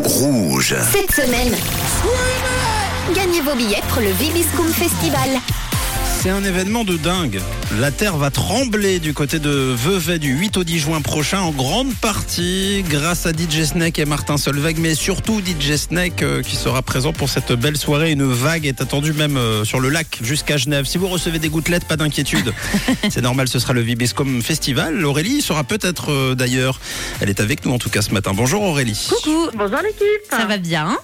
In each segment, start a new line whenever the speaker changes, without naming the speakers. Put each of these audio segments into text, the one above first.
Rouge.
Cette semaine, gagnez vos billets pour le Vibiscum Festival.
C'est un événement de dingue. La terre va trembler du côté de Vevey du 8 au 10 juin prochain, en grande partie grâce à DJ Snake et Martin Solveig, mais surtout DJ Snake euh, qui sera présent pour cette belle soirée. Une vague est attendue même euh, sur le lac jusqu'à Genève. Si vous recevez des gouttelettes, pas d'inquiétude. C'est normal, ce sera le Vibiscom Festival. Aurélie sera peut-être euh, d'ailleurs. Elle est avec nous en tout cas ce matin. Bonjour Aurélie.
Coucou,
Bonjour l'équipe.
Ah.
ça va bien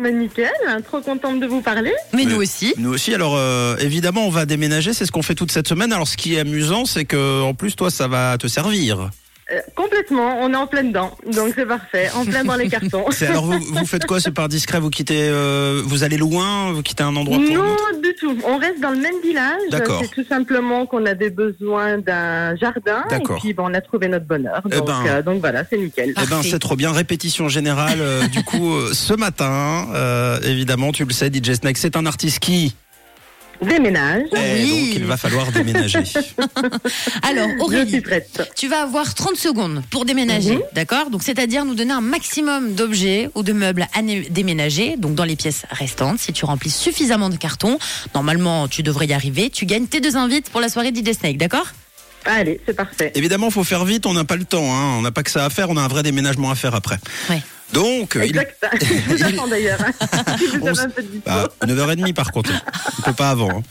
Bah, Nickel, trop contente de vous parler.
Mais
Oui.
nous aussi.
Nous aussi, alors euh, évidemment, on va déménager, c'est ce qu'on fait toute cette semaine. Alors ce qui est amusant, c'est que en plus, toi, ça va te servir.
Euh, complètement, on est en plein dedans, donc c'est parfait, en plein dans les cartons.
C'est- Alors vous, vous faites quoi C'est par discret Vous quittez, euh, vous allez loin, vous quittez un endroit pour
Non,
l'autre
du tout. On reste dans le même village.
D'accord.
C'est tout simplement qu'on avait besoin d'un jardin.
D'accord.
Et puis, bah, on a trouvé notre bonheur.
Eh
Donc,
ben.
euh, donc voilà, c'est
Eh
nickel.
ben
Parfait.
c'est trop bien, répétition générale. euh, du coup, euh, ce matin, euh, évidemment, tu le sais, DJ Snake, c'est un artiste qui,
Déménage.
Eh,
Oui.
donc il va falloir déménager.
Alors,
Oh,
Je suis
Aurélie,
prête.
tu vas avoir 30 secondes pour déménager,
Mhm.
d'accord Donc, c'est-à-dire nous donner un maximum d'objets ou de meubles à né- déménager, donc dans les pièces restantes. Si tu remplis suffisamment de cartons, normalement, tu devrais y arriver. Tu gagnes tes deux invites pour la soirée DJ Snake, d'accord
Allez, c'est parfait.
évidemment, faut faire vite, on n'a pas le temps, hein. on n'a pas que ça à faire, on a un vrai déménagement à faire après.
Ouais.
Donc, Ah, il-
Exact. Je vous attends d'ailleurs. hein, si vous
On
avez
s-
un peu de dispo.
Bah, 9h30 par contre. On peut pas avant. hein.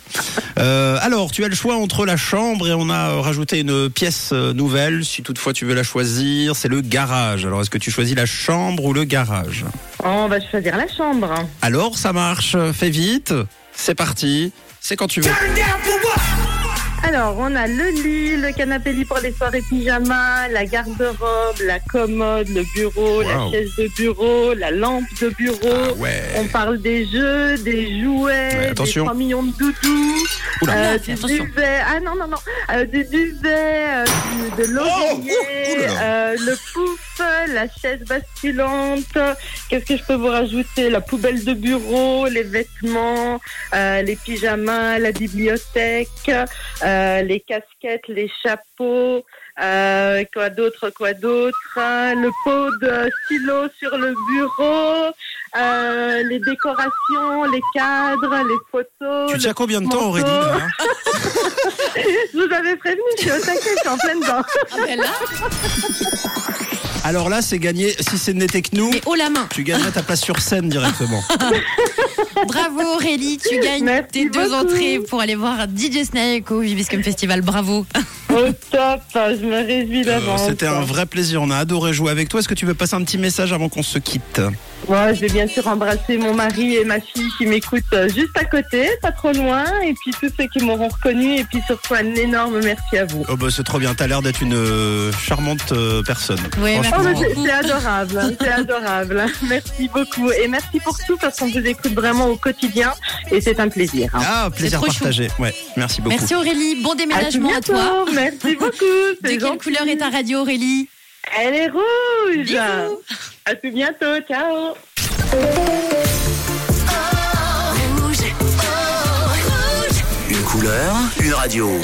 Euh, alors, tu as le choix entre la chambre et on a euh, rajouté une pièce euh, nouvelle. Si toutefois tu veux la choisir, c'est le garage. Alors, est-ce que tu choisis la chambre ou le garage
Oh, On va choisir la chambre.
Alors, ça marche. Fais vite. C'est parti. C'est quand tu veux.
Alors, on a le lit, le canapé lit pour les soirées pyjama, la garde-robe, la commode, le bureau,
Wow.
la chaise de bureau, la lampe de bureau.
Ouais.
On parle des jeux, des jouets,
Ouais, attention.
des 3 millions de doudous,
Oula.
euh,
fais
du
attention.
duvet, ah non, non, non, euh, du duvet, euh, du-
Oh,
de l'oreiller,
ouh, ouh là
euh, le pouf, la chaise basculante, qu'est-ce que je peux vous rajouter La poubelle de bureau, les vêtements, euh, les pyjamas, la bibliothèque, euh, les casquettes, les chapeaux, euh, quoi d'autre, quoi d'autre, hein, le pot de stylo sur le bureau, euh, les décorations, les cadres, les photos.
Tu tiens combien de
mon
temps, Aurélie là, hein
Je vous avais prévenu, je suis au taquet, je suis en pleine dedans.
Ah, ben
Alors là, c'est gagné. Si ce n'était que nous,
Et haut la main.
tu gagnerais ta place sur scène directement.
Bravo Aurélie, tu gagnes
Merci
tes deux
beaucoup.
entrées pour aller voir DJ Snake au Vibiscum Festival. Bravo.
Au top, je me réjouis
Euh,
d'avance.
C'était un vrai plaisir. On a adoré jouer avec toi. Est-ce que tu veux passer un petit message avant qu'on se quitte
Moi, je vais bien sûr embrasser mon mari et ma fille qui m'écoutent euh, juste à côté, pas trop loin, et puis tous ceux qui m'auront reconnu, et puis surtout un énorme merci à vous.
Oh bah c'est trop bien, t'as l'air d'être une euh, charmante euh, personne.
Ouais,
Franchement,
Oh, mais c'est
beaucoup.
c'est adorable, hein, c'est adorable. Merci beaucoup et merci pour tout parce qu'on vous écoute vraiment au quotidien et c'est un plaisir. hein.
Ah, plaisir
trop chou.
partagé. Ouais, merci beaucoup.
Merci Aurélie, bon
À tout
déménagement à,
bientôt.
toi.
Merci beaucoup.
De
c'est
quelle
gentil.
couleur est ta radio Aurélie
Elle est rouge.
Bisous.
À tout bientôt. Ciao.
Une couleur, une radio.